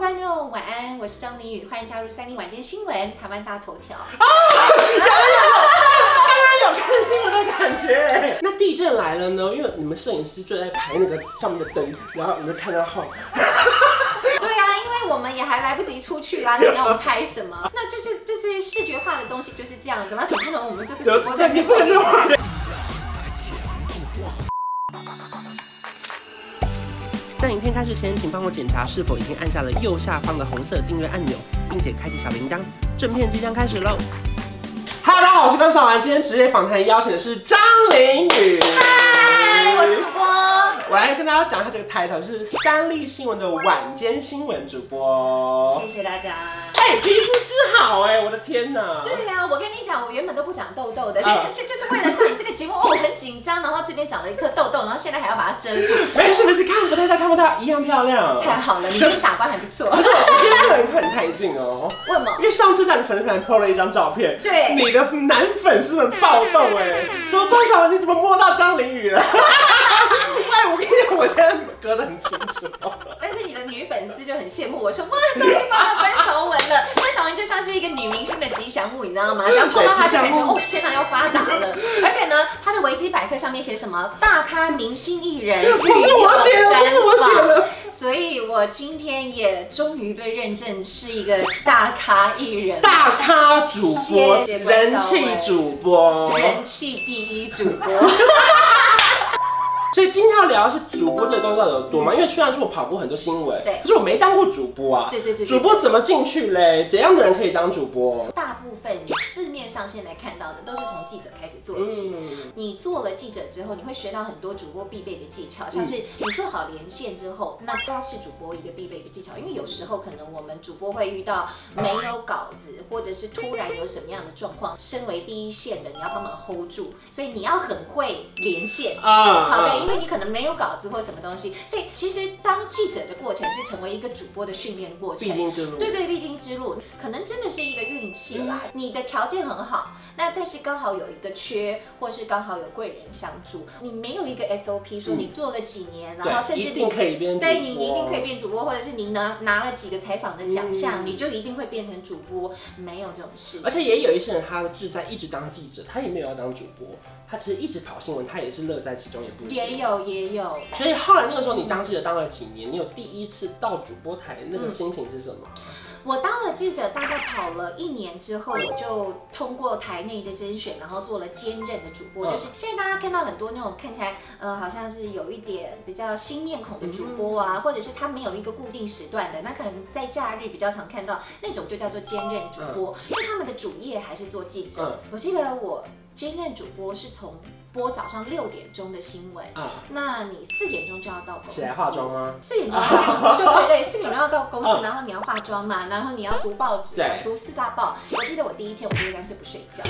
观众晚安，我是张明宇，欢迎加入三立晚间新闻台湾大头条。有看新闻的感觉。那地震来了呢？因为你们摄影师最爱拍那个上面的灯，然后你就看到后，对啊，因为我们也还来不及出去啦，那你要我们拍什么？那就是就是视觉化的东西就是这样子嘛，怎么可能我们这个直播在面对 面？在影片开始前，请帮我检查是否已经按下了右下方的红色订阅按钮，并且开启小铃铛。正片即将开始喽！Hello，大家好，我是关少文。今天职业访谈邀请的是张凌宇。嗨，我是主播，我来跟大家讲一下这个 title 是三立新闻的晚间新闻主播谢。谢大家。哎、皮肤之好哎、我的天哪！对呀、我跟你讲，我原本都不长痘痘的，但是就是为了上你这个节目，哦我很紧张，然后这边长了一颗痘痘，然后现在还要把它遮住，没事没事，看不太到看不到，一样漂亮。太好了，你今天打扮还不错。可是我今天不能靠你太近哦，为什么因？为上次在你粉丝团 PO 了一张照片，对你的男粉丝们暴动哎、说多少你怎么摸到张凌 宇了？哎，我跟你讲，我现在隔得很清楚。但是你的女粉丝就很羡慕我说，哇，终于碰到关晓雯了。关晓雯就像是一个女明星的吉祥物，你知道 吗？然后碰到她就感觉对吉祥物哦，天哪，要发达了。而且呢，她的维基百科上面写什么大咖明星艺人， 不是我写的，不是我写的。所以我今天也终于被认证是一个大咖艺人，大咖主播，谢谢关人少文气主播，人气第一主播。 所以今天要聊的是主播这个工作有多忙，因为虽然说我跑过很多新闻，嗯对可是我没当过主播啊。对对对对主播怎么进去嘞？怎样的人可以当主播？大部分你市面上现在看到的都是从记者开始做起。嗯，你做了记者之后，你会学到很多主播必备的技巧，像是你做好连线之后，那都是主播一个必备的技巧。因为有时候可能我们主播会遇到没有稿子，或者是突然有什么样的状况，身为第一线的你要帮忙 hold 住，所以你要很会连线。啊嗯好的，因为你可能没有稿子或什么东西，所以其实当记者的过程是成为一个主播的训练过程必。经之路。对对，必经之路可能真的是一个运气啦。嗯你的条件很好，那但是刚好有一个缺，或是刚好有贵人相助，你没有一个 SOP 说你做了几年，然后嗯对，甚至一定你。可以变主播。对你，你一定可以变主播，或者是你拿拿了几个采访的奖项，你就一定会变成主播，没有这种事情。而且也有一些人，他志在一直当记者，他也没有要当主播，他只是一直跑新闻，他也是乐在其中，也不一定也。有也有，所以后来那个时候，你当记者当了几年？你有第一次到主播台那嗯个心情是什么？我当了记者，大概跑了一年之后，我就通过台内的甄选，然后做了兼任的主播。嗯就是现在大家看到很多那种看起来，呃，好像是有一点比较新面孔的主播嗯啊，或者是他没有一个固定时段的，那可能在假日比较常看到那种，就叫做兼任主播，嗯因为他们的主业还是做记者。我记得我兼任主播是从播早上六点钟的新闻，啊，那你四点钟就要到公起司来化妆 吗？四点钟要到公司，对对对，四点钟要到公司，嗯然后你要化妆嘛，然后你要读报纸对，读四大报。我记得我第一天，我就干脆不睡觉，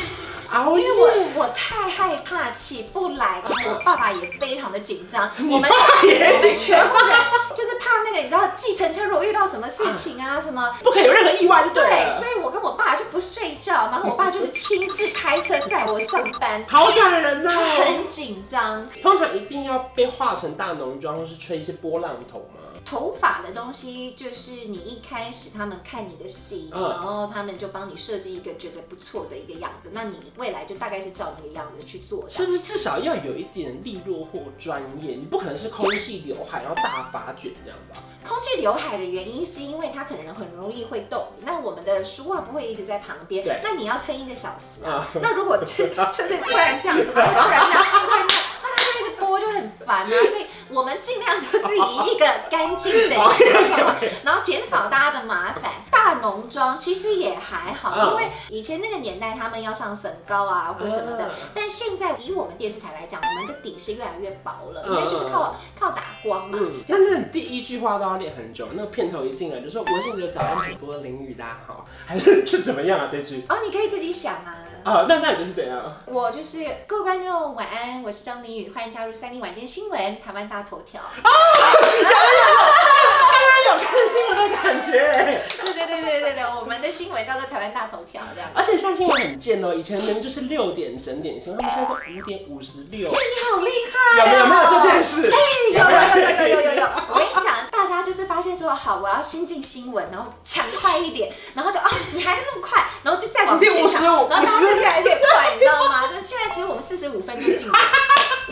熬嗯因夜为。我我太害怕起不来，然后我爸爸也非常的紧张， 我们也紧全部人就是怕那个你知道计程车如果遇到什么事情啊什 么。不可以有任何意外就对对，了所。以我跟我爸就不睡觉，然后我爸就是亲自开车载我上 班，好感人呐、很紧张。通常一定要被化成大浓妆，或是吹一些波浪头吗？头发的东西，就是你一开始他们看你的戏，嗯然后他们就帮你设计一个觉得不错的一个样子，那你未来就大概是照那个样子去做是的。不是至少要有一点利落或专业？你不可能是空气刘海，然后大发卷这样吧？空气刘海的原因是因为它可能很容易会动，那我们的梳啊不会一直在旁边对，那你要撑一个小时啊啊。 那如果就就是突然这样子，然后突然那样，突然那样，那它就一直播就很烦啊。所以我们尽量就是以一个干净整 洁的状况然后减少大家的麻烦。大浓妆其实也还好，嗯因为以前那个年代他们要上粉膏啊或什么的嗯，但现在以我们电视台来讲，我们的底是越来越薄了，因嗯为就是靠靠打光嘛。嗯，那那你第一句话都要练很久，那个片头一进来就说我是你的早安主播林雨，大家好，还是是怎么样啊？这句然后哦你可以自己想啊。啊，那那你的是怎样？我就是各位观众，晚安，我是张凌宇，欢迎加入三立晚间新闻台湾大头条。当然有看新闻的感觉。对对对对对对，我们的新闻叫做台湾大头条这样。而且现在新闻很贱哦，以前人就是六点整点新闻，他们现在都五点五十六，有你好厉害、啊哎没有？没有这件事？有有有有有有有！我跟你讲，大家就是发现说，好，我要先进新闻，然后抢快一点，然后就啊，你还那么快，然后就再往第前抢， 55然后大家就越来越快，你知道吗？就现在其实我们四十五分就进了。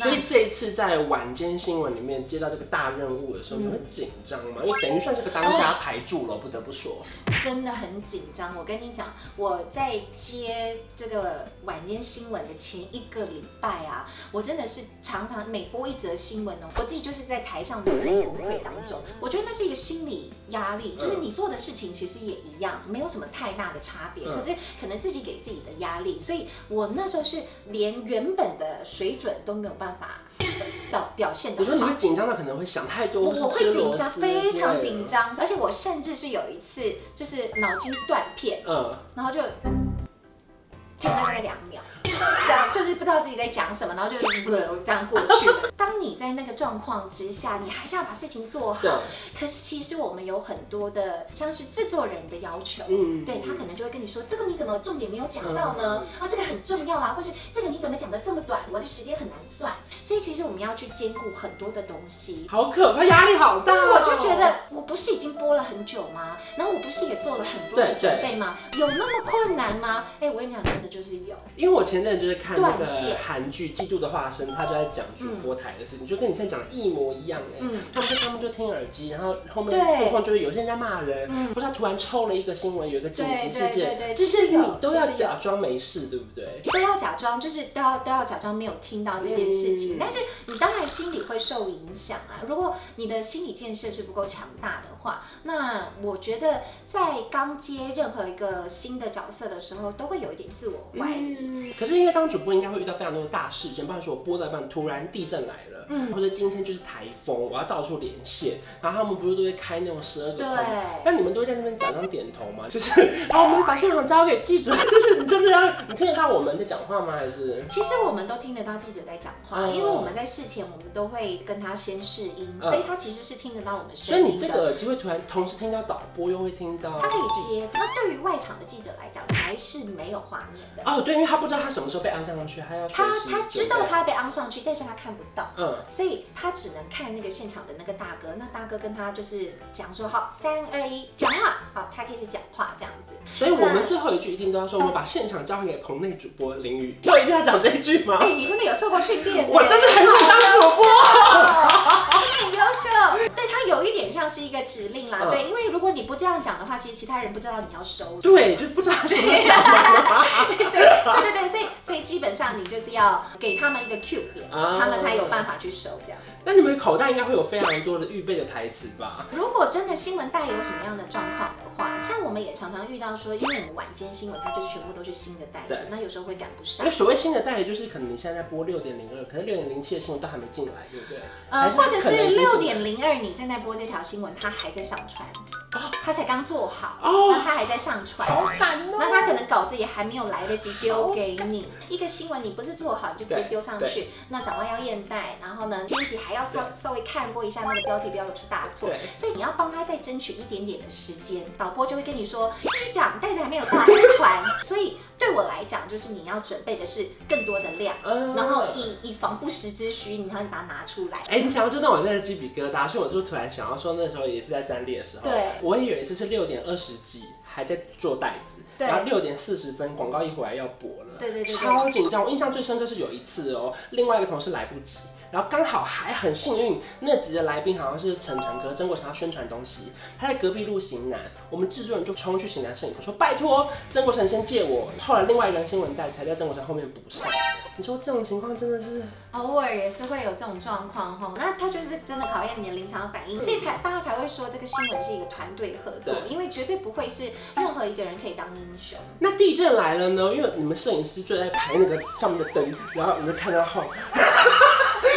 所以这一次在晚间新闻里面接到这个大任务的时候，你会紧张吗？因为等于算是个当家牌主了，不得不说。真的很紧张。我跟你讲，我在接这个晚间新闻的前一个礼拜啊，我真的是常常每播一则新闻哦，我自己就是在台上的崩溃当中。我觉得那是一个心理压嗯力，就是你做的事情其实也一样，没有什么太大的差别，嗯可是可能自己给自己的压力，所以我那时候是连原本的水准都没有办法表表现我的说你好会。紧张到可能会想太多，我或是我会吃紧螺张，丝非常之类的紧。张，而且我甚至是有一次就是脑筋断片，嗯，然后就停了大概两秒，这样就是不知道自己在讲什么，然后就这样过去了。当你在那个状况之下，你还是要把事情做对好。，可是其实我们有很多的像是制作人的要求。嗯，对他可能就会跟你说，这个你怎么重点没有讲到呢？啊，这个很重要啊，或是这个你怎么讲的这么短，我的时间很难算。所以其实我们要去兼顾很多的东西。好可怕，压力好大但哦。我就觉得，我不是已经播了很久吗？然后我不是也做了很多的对准备吗？有那么困难吗？哎、我跟你讲，真的就是有。因为我前阵子就是看那断个线韩剧《嫉妒的化身》，他就在讲主播台的事情，就跟你现在讲的一模一样哎、嗯他们就他们就听耳机，然后后面对状况就是有些人在骂人，嗯或者他突然抽了一个新闻，有一个紧急事对对对件，对这些是有你都要是有假装没事，对不对？都要假装，就是都要都要假装没有听到这件事情。嗯但是你当然心里会受影响啊。如果你的心理建设是不够强大的话，那我觉得在刚接任何一个新的角色的时候，都会有一点自我怀疑。可是因为当主播应该会遇到非常多的大事件，比方说我播到一半突然地震来了，嗯或者今天就是台风，我要到处连线，然后他们不是都会开那种十二个对空那你们都会在那边假装点头吗？ 就是，啊，我们把现场交给记者， 就是你真的要，你听得到我们在讲话吗？还是？其实我们都听得到记者在讲话，哦因为我们在事前我们都会跟他先试音，嗯所以他其实是听得到我们所声以音的。你这个耳机会突然同时听到导播，又会听到他可以接，那对于外场的记者来讲，还是没有画面的。哦，对，因为他不知道他什么时候被安上去，他要他随时他知准道备，他被安上去，但是他看不到，嗯，所以他只能看那个现场的那个大哥。那大哥跟他就是讲说，好，三二一，讲话，好，他开始讲话这样子。所以我们最后一句一定都要说，我们把现场交给棚内主播林宇，要一定要讲这一句吗哎、？你真的有受过训练？哦我真的很想当主播。很优秀，对他有一点像是一个指令啦，嗯对，因为如果你不这样讲的话，其实其他人不知道你要收。对，就不知道什么哎讲嘛。 对对对，所以所以基本上你就是要给他们一个 Q 点，啊他们才有办法去收这样子。那你们口袋应该会有非常多的预备的台词吧？如果真的新闻带有什么样的状况的话，像我们也常常遇到说，因为我们晚间新闻它就是全部都是新的带子对，哎那有时候会赶不上那。所谓新的代理，就是可能你现在在播六点零二，可是六点零七的新闻都还没进来，对不对？呃，或者可能是已经进来六点零二，你正在播这条新闻，它还在上传，它才刚做好，啊哦那它还在上传，好哦感那他可能稿子也还没有来得及丢给你，一个新闻你不是做好你就直接丢上去，那长官要验代，然后呢编辑还要稍稍微看过一下那个标题，不要有出大错对，所以你要帮他再争取一点点的时间，导播就会跟你说继续讲，袋子还没有到，还没传，所以对我来讲就是你要准备的是更多的量，嗯然后以以防不时之需，你还要把它拿出来。哎、你讲到这段，我真的鸡皮疙瘩，所以我就突然想要说，那时候也是在三立的时候，对我也有一次是六点二十几还在做袋子，对然后六点四十分广告一回来要播了，对对对对超紧张。我印象最深刻是有一次哦，另外一个同事来不及，然后刚好还很幸运，那集的来宾好像是晨晨哥，曾国强要宣传东西，他在隔壁录型男，我们制作人就冲去型男摄影棚说拜托曾国成先借我，后来另外一个人新闻带才在曾国成后面补上。你说这种情况真的是？偶尔也是会有这种状况哈，那他就是真的考验你的临场反应，所以才大家才会说这个新闻是一个团队合作，对因为绝对不会是任何一个人可以当英雄。那地震来了呢？因为你们摄影师就在排那个上面的灯，然后你就看到后，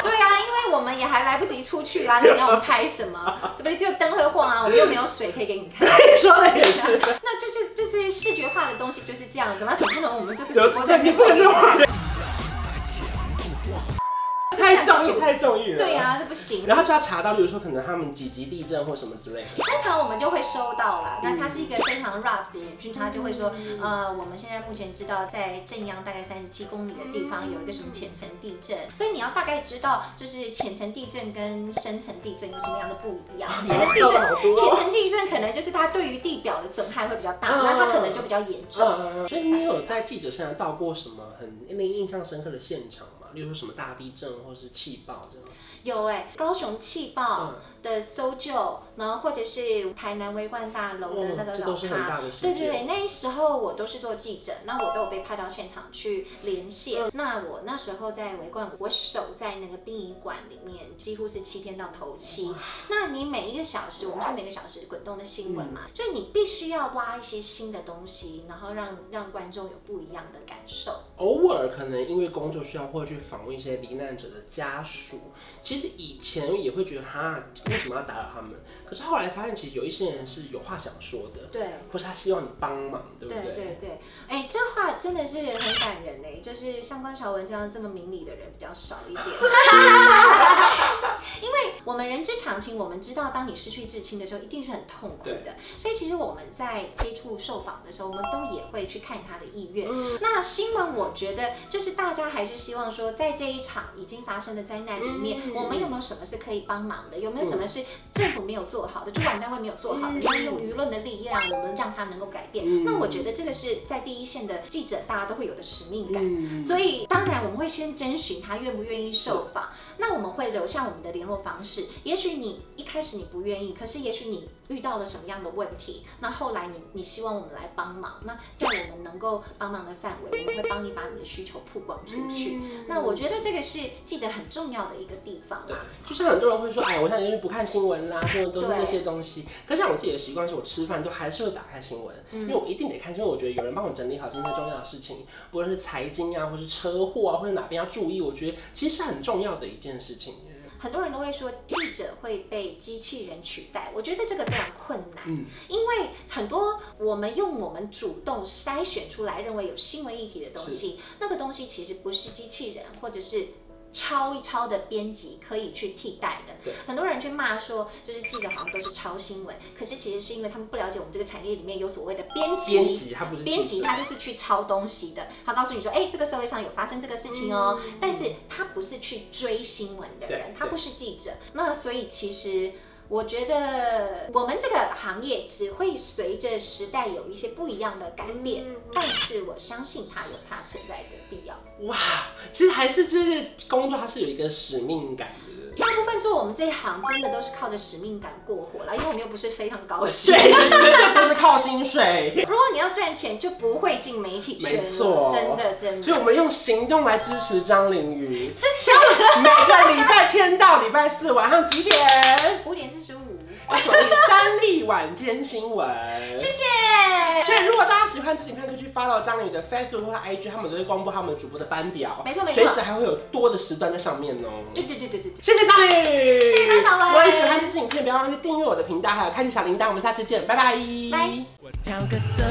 对啊，因为我们也还来不及出去啊，那你要我们拍什么？对不对？只有灯会晃啊，我们又没有水可以给你看。 说的也是，那就是就是视觉化的东西就是这样子嘛，怎么可能我们这个 有直播在在你不能面我人。蔡太讲重清义楚太重义了。对。啊，这不行。然后就要查到，例如说可能他们几级地震或什么之类的。通常我们就会收到嗯啦，那它是一个非常 rough 的人群，他就会说，呃，我们现在目前知道在正央大概三十七公里的地方有一个什么浅层地震，所以你要大概知道，就是浅层地震跟深层地震有什么样的不一啊样。浅层地震，好多浅层地震可能就是它对于地表的损害会比较大，嗯那它可能就比较严重。嗯，所以你有在记者身上到过什么很令你印象深刻的现场吗？例如说什么大地震或是气爆这样？有哎、高雄气爆嗯，的搜救，然后或者是台南维冠大楼的那哦个这老都是很塔，大的事对件。对对，那时候我都是做记者，那我都有被派到现场去连线。嗯那我那时候在维冠，我守在那个殡仪馆里面，几乎是七天到头七。那你每一个小时，我们是每个小时滚动的新闻嗯嘛，所以你必须要挖一些新的东西，然后让让观众有不一样的感受。偶尔可能因为工作需要，会去访问一些罹难者的家属。其实以前也会觉得哈，为什么要打扰他们？可是后来发现，其实有一些人是有话想说的，对。或是他希望你帮忙，对不对对对，哎、这话真的是很感人哎、就是像关晓雯这样这么明理的人比较少一点， 因为我们人之常情，我们知道当你失去至亲的时候，一定是很痛苦的，所以其实我们在接触受访的时候，我们都也会去看他的意愿。嗯那新闻我觉得就是大家还是希望说，在这一场已经发生的灾难里面，嗯我们有没有什么是可以帮忙的？有没有什么是政府没有做好的，主管单位没有做好的？嗯然后用舆论的力量，我们让它能够改变。嗯那我觉得这个是在第一线的记者，大家都会有的使命感。嗯，所以，当然我们会先征询他愿不愿意受访，那我们会留下我们的联络方式。也许你一开始你不愿意，可是也许你遇到了什么样的问题，那后来你你希望我们来帮忙，那在我们能够帮忙的范围，我们会帮你把你的需求曝光出去。嗯那我觉得这个是记者很重要的一个地方对啦。，就是很多人会说，哎，我现在就是不看新闻啦，说的都是那些东西。可是像我自己的习惯是，我吃饭就还是会打开新闻，因嗯为我一定得看，因为我觉得有人帮我整理好今天重要的事情，不论是财经啊，或是车祸啊，或者哪边要注意，我觉得其实是很重要的一件事情。很多人都会说记者会被机器人取代，我觉得这个非常困难，嗯因为很多我们用我们主动筛选出来认为有新闻议题的东西，那个东西其实不是机器人或者是。抄一抄的编辑可以去替代的对，很多人去骂说，就是记者好像都是抄新闻，可是其实是因为他们不了解我们这个产业里面有所谓的编辑，编辑他不是编记辑者他就是去抄东西的，他告诉你说，哎、这个社会上有发生这个事情哦、但是他不是去追新闻的人嗯对，他不是记者，那所以其实。我觉得我们这个行业只会随着时代有一些不一样的改变，嗯但是我相信它有它存在的必要。哇，其实还是就是工作，它是有一个使命感的。大部分做我们这一行真的都是靠着使命感过活啦，因为我们又不是非常高薪对，。绝对不是靠薪水。如果你要赚钱，就不会进媒体圈没错了，真的真所以的。我们用行动来支持张 凌宇。之前每个礼拜天到礼拜四晚上几点？五点四十五，我锁定三立晚间新闻。谢谢。所以如果大家喜欢这影片，可以去 follow 张凌宇的 Facebook 或他 IG，他们都会公布他们主播的班表，没错没错随时还会有多的时段在上面哦。对对对对对对。谢谢张宇，谢谢张小文如果你喜欢这支影片，不要忘记订阅我的频道，还有开启小铃铛。我们下期见，拜拜。拜我调个色，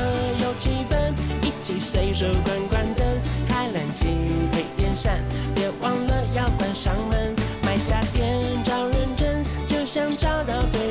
有气氛，一起随手关关灯，开冷气配电扇，别忘了要关上门。买家电找认真，就像找到对